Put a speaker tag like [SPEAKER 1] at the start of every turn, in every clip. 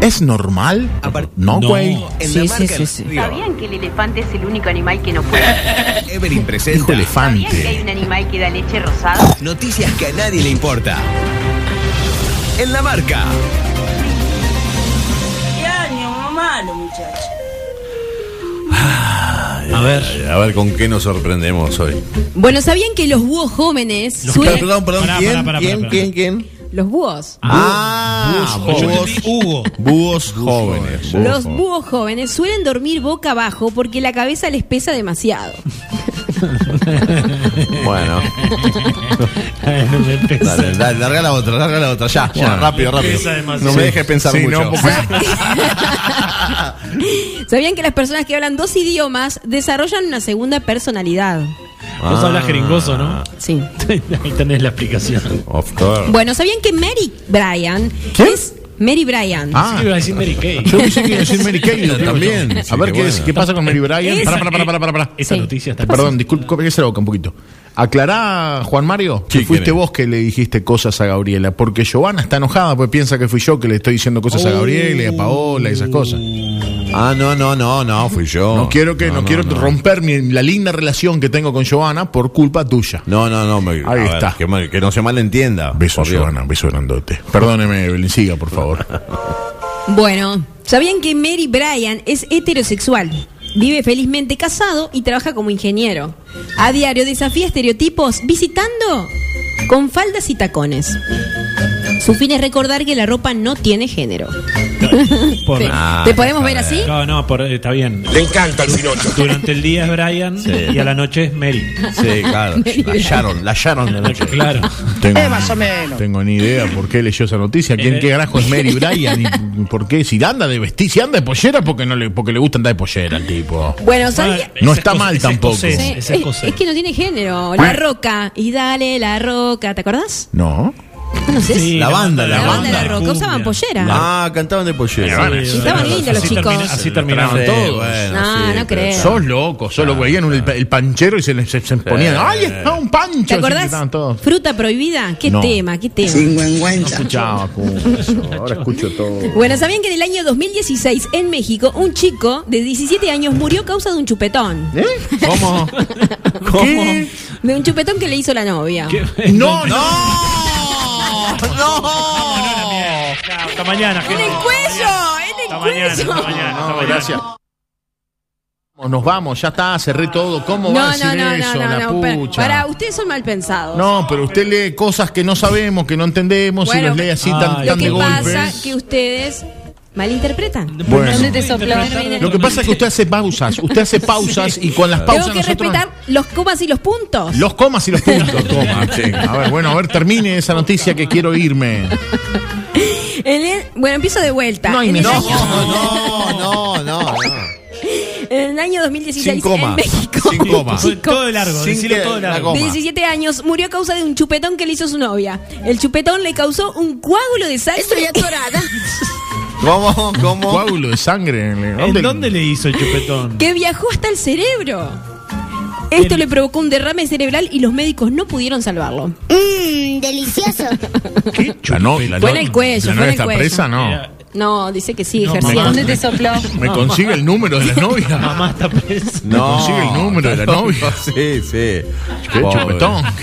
[SPEAKER 1] ¿Es normal?
[SPEAKER 2] Apar-
[SPEAKER 1] No,
[SPEAKER 3] No.
[SPEAKER 1] güey.
[SPEAKER 2] En
[SPEAKER 4] Sí,
[SPEAKER 2] la
[SPEAKER 4] sí,
[SPEAKER 2] marca
[SPEAKER 4] sí,
[SPEAKER 2] del
[SPEAKER 4] sí.
[SPEAKER 2] río,
[SPEAKER 5] ¿Sabían que el elefante es el único animal que no puede?
[SPEAKER 2] Evelyn
[SPEAKER 1] Hijo
[SPEAKER 2] presenta
[SPEAKER 5] ¿Sabían que hay
[SPEAKER 1] elefante.
[SPEAKER 5] un animal que da leche rosada?
[SPEAKER 2] noticias que a nadie le importa. En la marca.
[SPEAKER 6] ¿Qué año malo, muchacho?
[SPEAKER 3] A ver.
[SPEAKER 7] A ver con qué nos sorprendemos hoy.
[SPEAKER 4] Bueno, ¿sabían que los búhos jóvenes
[SPEAKER 3] Los
[SPEAKER 4] suelen...
[SPEAKER 3] perros.
[SPEAKER 7] Perdón, perdón,
[SPEAKER 3] Pará,
[SPEAKER 7] ¿quién?
[SPEAKER 3] pará, pará,
[SPEAKER 7] ¿Quién?
[SPEAKER 3] pará.
[SPEAKER 7] ¿Quién? ¿Quién?
[SPEAKER 4] Los búhos.
[SPEAKER 7] Ah,
[SPEAKER 3] Yo entendí Hugo.
[SPEAKER 7] búhos jóvenes.
[SPEAKER 4] Los búhos jóvenes suelen dormir boca abajo porque la cabeza les pesa demasiado.
[SPEAKER 7] Bueno, dale, dale, larga la otra, larga la otra, ya, ya,
[SPEAKER 1] Bueno.
[SPEAKER 7] rápido, rápido.
[SPEAKER 3] Esa es más-
[SPEAKER 7] No me
[SPEAKER 3] Sí.
[SPEAKER 7] dejes pensar
[SPEAKER 1] Sí,
[SPEAKER 7] mucho.
[SPEAKER 1] no, porque-
[SPEAKER 4] ¿Sabían que las personas que hablan dos idiomas desarrollan una segunda personalidad?
[SPEAKER 3] Vos hablas jeringoso, ¿no?
[SPEAKER 4] Sí.
[SPEAKER 3] Ahí tenés la explicación.
[SPEAKER 7] Of course.
[SPEAKER 4] Bueno, ¿sabían que Mary Bryan es Mary Bryan?
[SPEAKER 1] Ah,
[SPEAKER 3] Sí, iba a decir Mary Kay.
[SPEAKER 1] Yo pensé que iba a decir Mary Kay. lo digo
[SPEAKER 7] También,
[SPEAKER 1] yo.
[SPEAKER 7] sí,
[SPEAKER 1] A ver
[SPEAKER 7] qué
[SPEAKER 1] qué,
[SPEAKER 7] bueno.
[SPEAKER 1] qué pasa con Mary Bryan.
[SPEAKER 3] Esa-
[SPEAKER 1] Pará, pará, pará, pará, pará.
[SPEAKER 3] Esa
[SPEAKER 4] Sí.
[SPEAKER 3] noticia está
[SPEAKER 1] Perdón, disculpe, cállese la boca un poquito. Aclará, Juan Mario, que
[SPEAKER 7] Sí,
[SPEAKER 1] fuiste
[SPEAKER 7] querido.
[SPEAKER 1] vos que le dijiste cosas a Gabriela, porque Giovanna está enojada, pues piensa que fui yo que le estoy diciendo cosas a Gabriela y a Paola y esas cosas.
[SPEAKER 7] Ah, no, no, no, no, fui yo.
[SPEAKER 1] No quiero que, no, quiero romper mi- la linda relación que tengo con Giovanna por culpa tuya.
[SPEAKER 7] No, no, no, me-
[SPEAKER 1] Ahí
[SPEAKER 7] a ver,
[SPEAKER 1] está.
[SPEAKER 7] Que, mal- que no se malentienda.
[SPEAKER 1] Beso,
[SPEAKER 7] por Dios.
[SPEAKER 1] Giovanna, beso grandote. Perdóneme, Evelyn, siga, por favor.
[SPEAKER 4] Bueno, ¿sabían que Mary Bryan es heterosexual? Vive felizmente casado y trabaja como ingeniero. A diario desafía estereotipos visitando con faldas y tacones. Su fin es recordar que la ropa no tiene género.
[SPEAKER 3] Por-
[SPEAKER 4] ¿Te,
[SPEAKER 7] Ah,
[SPEAKER 4] te podemos ver así?
[SPEAKER 3] Oh, No, no, por- está bien.
[SPEAKER 8] Le encanta el pinocho.
[SPEAKER 3] Durante el día es Brian y a la noche es Mary.
[SPEAKER 7] Sí, claro. La Sharon, la Sharon de noche.
[SPEAKER 3] Claro.
[SPEAKER 1] Tengo, Tengo ni idea por qué leyó esa noticia. ¿Quién
[SPEAKER 3] Eh.
[SPEAKER 1] qué garajo es Mary Bryan? ¿Y por qué? Si anda de vestir, si anda de pollera, porque no le, porque le gusta andar de pollera al tipo.
[SPEAKER 4] Bueno, ¿sabían?
[SPEAKER 1] No
[SPEAKER 3] Esa
[SPEAKER 1] está
[SPEAKER 3] cosa-
[SPEAKER 1] mal
[SPEAKER 3] esa
[SPEAKER 1] tampoco.
[SPEAKER 3] Ah, escocés,
[SPEAKER 1] Sí,
[SPEAKER 4] Eh,
[SPEAKER 3] esa
[SPEAKER 4] es,
[SPEAKER 3] escocés.
[SPEAKER 4] es que no tiene género. La roca. Y dale, la roca. ¿Te acordás?
[SPEAKER 1] No.
[SPEAKER 4] ¿No conoces?
[SPEAKER 3] Sí,
[SPEAKER 7] La banda,
[SPEAKER 4] la,
[SPEAKER 7] la
[SPEAKER 4] banda de la
[SPEAKER 7] banda.
[SPEAKER 4] roca. Usaban pollera.
[SPEAKER 7] Ah, cantaban de pollera.
[SPEAKER 3] Sí,
[SPEAKER 4] Sí, estaban
[SPEAKER 3] bueno,
[SPEAKER 4] lindos los
[SPEAKER 3] así
[SPEAKER 4] chicos.
[SPEAKER 3] termina- así terminaban
[SPEAKER 7] Sí,
[SPEAKER 3] todos.
[SPEAKER 7] bueno,
[SPEAKER 4] No,
[SPEAKER 7] sí,
[SPEAKER 4] no
[SPEAKER 7] pero-
[SPEAKER 4] creo.
[SPEAKER 1] Sos loco, solo veían un- el, el panchero y se les se- se
[SPEAKER 7] Eh.
[SPEAKER 1] ponían. ¡Ay, está un pancho!
[SPEAKER 4] ¿Te
[SPEAKER 1] Así
[SPEAKER 4] acordás?
[SPEAKER 1] gritaban todos.
[SPEAKER 4] Fruta prohibida. ¿Qué
[SPEAKER 1] No.
[SPEAKER 4] tema? ¿Qué tema?
[SPEAKER 1] Escuchaba, cum, eso, ahora escucho todo.
[SPEAKER 4] Bueno, ¿sabían que en el año 2016 en México un chico de 17 años murió a causa de un chupetón?
[SPEAKER 1] ¿Eh? ¿Cómo? ¿Qué?
[SPEAKER 4] De un chupetón que le hizo la novia.
[SPEAKER 1] No, no.
[SPEAKER 3] Hasta mañana,
[SPEAKER 4] ¡En
[SPEAKER 3] gente.
[SPEAKER 4] el
[SPEAKER 3] Hasta
[SPEAKER 4] cuello! ¡En
[SPEAKER 3] mañana,
[SPEAKER 4] el
[SPEAKER 3] hasta
[SPEAKER 4] cuello!
[SPEAKER 3] mañana. hasta
[SPEAKER 1] No,
[SPEAKER 3] mañana.
[SPEAKER 1] gracias. Nos vamos, ya está, cerré todo. ¿Cómo va a
[SPEAKER 4] No,
[SPEAKER 1] decir
[SPEAKER 4] no, no,
[SPEAKER 1] eso,
[SPEAKER 4] no,
[SPEAKER 1] la
[SPEAKER 4] no, no. pero-
[SPEAKER 1] pucha?
[SPEAKER 4] Pará, ustedes son mal pensados.
[SPEAKER 1] No, pero usted lee cosas que no sabemos, que no entendemos y
[SPEAKER 4] Bueno,
[SPEAKER 1] los lee así tan,
[SPEAKER 3] Ay,
[SPEAKER 4] Lo
[SPEAKER 1] tan de
[SPEAKER 4] que
[SPEAKER 1] golpe.
[SPEAKER 4] pasa que ustedes malinterpretan.
[SPEAKER 1] Bueno.
[SPEAKER 4] ¿Dónde te sopló?
[SPEAKER 1] Lo que pasa es que usted hace pausas, usted hace pausas y con las pausas
[SPEAKER 4] Tengo que
[SPEAKER 1] nosotros-
[SPEAKER 4] respetar los comas y los puntos.
[SPEAKER 1] los comas y los puntos. Toma, che. A ver, bueno, a ver, termine esa noticia que quiero irme.
[SPEAKER 4] En el- bueno, empiezo de vuelta.
[SPEAKER 1] No hay
[SPEAKER 4] en, el
[SPEAKER 1] necesidad.
[SPEAKER 4] año,
[SPEAKER 7] No, no, no, no.
[SPEAKER 4] en el año 2016
[SPEAKER 7] Sin coma.
[SPEAKER 4] en México,
[SPEAKER 7] Sin coma.
[SPEAKER 4] un chico
[SPEAKER 3] Todo de largo,
[SPEAKER 7] Sin
[SPEAKER 3] decilo
[SPEAKER 7] que-
[SPEAKER 3] todo de
[SPEAKER 7] la
[SPEAKER 3] largo.
[SPEAKER 7] coma.
[SPEAKER 4] de 17 años murió a causa de un chupetón que le hizo su novia. El chupetón le causó un coágulo de sangre. Estoy atorada.
[SPEAKER 7] ¿Cómo? ¿Cómo?
[SPEAKER 1] Coágulo de sangre.
[SPEAKER 3] ¿En dónde le hizo el chupetón?
[SPEAKER 4] que viajó hasta el cerebro. Esto le provocó un derrame cerebral y los médicos no pudieron salvarlo.
[SPEAKER 9] Mmm, delicioso.
[SPEAKER 1] La no- la
[SPEAKER 4] Fue
[SPEAKER 1] no-
[SPEAKER 4] en el cuello,
[SPEAKER 1] la
[SPEAKER 4] fue
[SPEAKER 1] novia
[SPEAKER 4] en el
[SPEAKER 1] está
[SPEAKER 4] cuello.
[SPEAKER 1] presa? No.
[SPEAKER 3] Mira,
[SPEAKER 4] No, dice que sí,
[SPEAKER 3] No,
[SPEAKER 4] ejercía.
[SPEAKER 3] mamá. ¿Dónde
[SPEAKER 4] te sopló?
[SPEAKER 1] ¿Me consigue el número de la novia?
[SPEAKER 3] Mamá está presa.
[SPEAKER 7] No.
[SPEAKER 1] Consigue el número de la novia.
[SPEAKER 7] Sí, sí.
[SPEAKER 1] Qué
[SPEAKER 7] Pobre.
[SPEAKER 1] chupetón.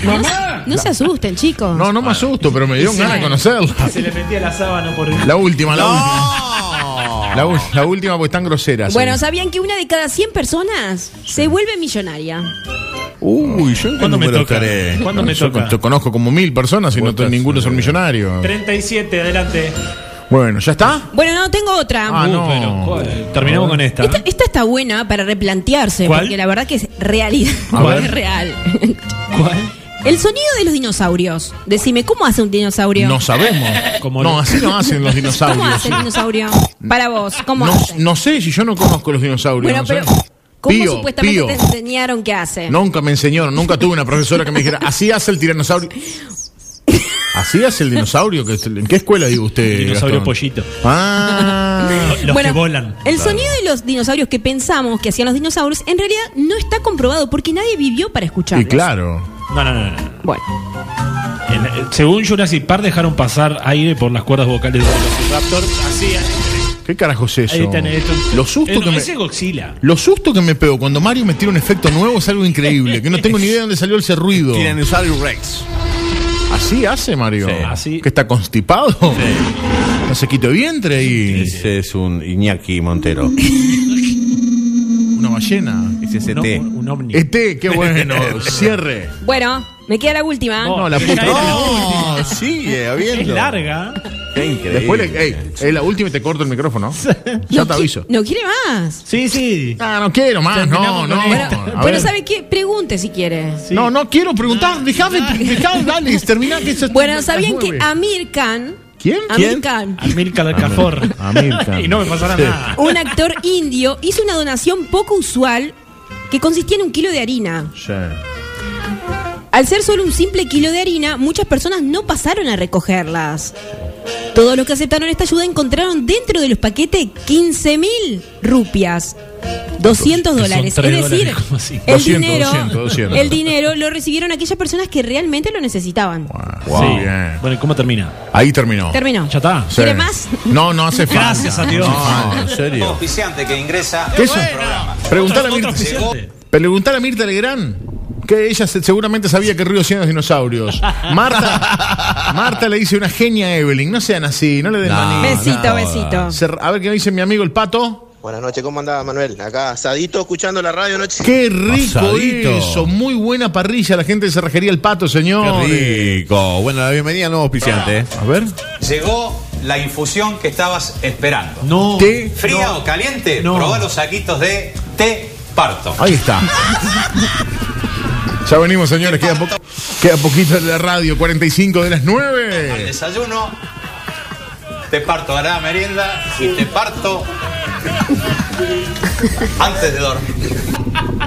[SPEAKER 4] No se asusten, chicos.
[SPEAKER 1] No, no me asusto, pero me dieron ganas de conocerla.
[SPEAKER 3] Se le metía la sábana por el...
[SPEAKER 1] La última, la última.
[SPEAKER 7] No.
[SPEAKER 1] La, ul- la última porque están groseras.
[SPEAKER 4] Bueno, ¿sabían que una de cada 100 personas se vuelve millonaria?
[SPEAKER 7] Uy, yo en qué
[SPEAKER 3] ¿Cuándo me
[SPEAKER 7] número
[SPEAKER 3] toca?
[SPEAKER 7] estaré?
[SPEAKER 3] ¿Cuándo me
[SPEAKER 1] Yo
[SPEAKER 3] toca?
[SPEAKER 1] te conozco como mil personas y no
[SPEAKER 7] Puta,
[SPEAKER 1] tengo ninguno
[SPEAKER 7] sí.
[SPEAKER 1] son millonarios.
[SPEAKER 3] 37, adelante. Uh,
[SPEAKER 1] Bueno, ¿ya está?
[SPEAKER 4] Bueno, no, tengo otra.
[SPEAKER 1] Ah, no.
[SPEAKER 3] pero, joder, terminamos con esta.
[SPEAKER 4] Esta, esta está buena para replantearse,
[SPEAKER 3] ¿Cuál?
[SPEAKER 4] porque la verdad que es realidad.
[SPEAKER 3] A ver.
[SPEAKER 4] Es real.
[SPEAKER 3] ¿Cuál?
[SPEAKER 4] El sonido de los dinosaurios. Decime, ¿cómo hace un dinosaurio?
[SPEAKER 1] No sabemos.
[SPEAKER 3] Como
[SPEAKER 1] no,
[SPEAKER 3] no.
[SPEAKER 1] así no hacen los
[SPEAKER 4] ¿Cómo
[SPEAKER 1] dinosaurios.
[SPEAKER 4] hace el dinosaurio? Para vos, ¿cómo
[SPEAKER 1] No,
[SPEAKER 4] hace?
[SPEAKER 1] no sé si yo no conozco los dinosaurios.
[SPEAKER 4] Bueno,
[SPEAKER 1] no sé.
[SPEAKER 4] pero ¿cómo
[SPEAKER 1] Pío,
[SPEAKER 4] supuestamente
[SPEAKER 1] pío.
[SPEAKER 4] te enseñaron que hace?
[SPEAKER 1] Nunca me enseñaron, nunca tuve una profesora que me dijera, así hace el tiranosaurio. ¿Así hace el dinosaurio? ¿Que- ¿En qué escuela digo usted?
[SPEAKER 3] Dinosaurio
[SPEAKER 1] Gastón?
[SPEAKER 3] pollito.
[SPEAKER 1] Ah,
[SPEAKER 3] Los que volan.
[SPEAKER 4] El sonido de los dinosaurios que pensamos que hacían los dinosaurios en realidad no está comprobado porque nadie vivió para
[SPEAKER 1] y
[SPEAKER 4] escucharlos.
[SPEAKER 1] claro.
[SPEAKER 3] No, no, no. no.
[SPEAKER 4] Bueno,
[SPEAKER 3] En- eh, según Jurassic Park dejaron pasar aire por las cuerdas vocales del Velociraptor. Así, así.
[SPEAKER 1] ¿Qué carajo es eso?
[SPEAKER 3] Ahí están estos.
[SPEAKER 1] Lo susto
[SPEAKER 3] Eh, no,
[SPEAKER 1] que me...
[SPEAKER 3] Ese es Godzilla.
[SPEAKER 1] Lo susto que me pego cuando Mario me tira un efecto nuevo es algo increíble, que no tengo ni idea de dónde salió ese ruido.
[SPEAKER 7] Tiranosaurio Rex.
[SPEAKER 1] Así hace Mario.
[SPEAKER 7] Sí,
[SPEAKER 3] así.
[SPEAKER 1] Que está constipado. No se quito vientre y
[SPEAKER 7] Ese es un Iñaki Montero.
[SPEAKER 1] una ballena.
[SPEAKER 7] Ese es
[SPEAKER 3] Un,
[SPEAKER 7] ET.
[SPEAKER 3] un- un ovni.
[SPEAKER 1] Este, qué bueno. Cierre.
[SPEAKER 4] Bueno, me queda la última.
[SPEAKER 3] Oh,
[SPEAKER 1] No, la
[SPEAKER 3] pero
[SPEAKER 1] puta.
[SPEAKER 3] ya era la
[SPEAKER 7] No, sigue habiendo.
[SPEAKER 3] Es larga.
[SPEAKER 7] Qué increíble.
[SPEAKER 1] Después le, ey, es la última y te corto el micrófono. Ya
[SPEAKER 4] No
[SPEAKER 1] te
[SPEAKER 4] qui-
[SPEAKER 1] aviso.
[SPEAKER 4] No quiere más.
[SPEAKER 3] Sí, sí.
[SPEAKER 1] Ah, no quiero más, no,
[SPEAKER 3] Terminamos
[SPEAKER 1] no.
[SPEAKER 3] con
[SPEAKER 1] A
[SPEAKER 3] esta.
[SPEAKER 1] ver.
[SPEAKER 4] Bueno, ¿sabe qué? Pregunte si quiere.
[SPEAKER 3] Sí.
[SPEAKER 1] No, no quiero preguntar. Dejame, dejame, dale, terminá que se
[SPEAKER 4] Bueno, ¿sabían que
[SPEAKER 1] a
[SPEAKER 4] Amir Khan...
[SPEAKER 1] ¿Quién?
[SPEAKER 4] Amir
[SPEAKER 1] ¿Quién?
[SPEAKER 4] Khan,
[SPEAKER 3] Amilcar Alcafor.
[SPEAKER 1] Amilcar.
[SPEAKER 3] y no me pasará
[SPEAKER 1] Sí.
[SPEAKER 3] nada.
[SPEAKER 4] un actor indio, hizo una donación poco usual que consistía en un kilo de harina. Al ser solo un simple kilo de harina, muchas personas no pasaron a recogerlas. Todos los que aceptaron esta ayuda encontraron dentro de los paquetes 15 mil rupias. 200
[SPEAKER 3] Son
[SPEAKER 4] dólares. Es
[SPEAKER 3] tres dólares,
[SPEAKER 4] decir,
[SPEAKER 3] ¿cómo así?
[SPEAKER 4] el,
[SPEAKER 1] 200,
[SPEAKER 4] dinero,
[SPEAKER 1] 200, 200.
[SPEAKER 4] el dinero lo recibieron aquellas personas que realmente lo necesitaban.
[SPEAKER 1] Wow,
[SPEAKER 3] Sí.
[SPEAKER 1] bien.
[SPEAKER 3] Bueno, ¿y ¿cómo termina?
[SPEAKER 1] Ahí terminó.
[SPEAKER 4] Terminó.
[SPEAKER 3] Ya está.
[SPEAKER 1] Sí.
[SPEAKER 4] ¿Quiere más?
[SPEAKER 1] No, no hace falta.
[SPEAKER 3] Gracias a Dios.
[SPEAKER 1] No, en serio.
[SPEAKER 8] oficiante que ingresa.
[SPEAKER 1] ¿Qué es eso? Preguntar a
[SPEAKER 3] Otro- otro
[SPEAKER 1] Mirta.
[SPEAKER 3] oficiante.
[SPEAKER 1] Preguntar a Mirta Legrand. Que ella se- seguramente sabía que Río hacían los dinosaurios. Marta, Marta le dice una genia a Evelyn. No sean así, no le den manía.
[SPEAKER 4] besito, besito.
[SPEAKER 1] Cer- A ver qué me dice mi amigo el pato.
[SPEAKER 8] Buenas noches, ¿cómo andaba Manuel? Acá, asadito, escuchando la radio noche.
[SPEAKER 1] Qué rico
[SPEAKER 7] Pasadito.
[SPEAKER 1] eso. Muy buena parrilla. La gente de Cerrajería el pato, señor.
[SPEAKER 7] Qué rico. Bueno, la bienvenida a nuevo auspiciante. ¿eh?
[SPEAKER 1] A ver.
[SPEAKER 8] Llegó la infusión que estabas esperando.
[SPEAKER 3] No.
[SPEAKER 1] ¿Qué?
[SPEAKER 8] Fría o caliente,
[SPEAKER 3] No.
[SPEAKER 8] probá los saquitos de té parto.
[SPEAKER 1] Ahí está. Ya venimos, señores. Queda, po- queda poquito de la radio. 45 de las 9.
[SPEAKER 8] Desayuno, te parto a la merienda y te parto antes de dormir.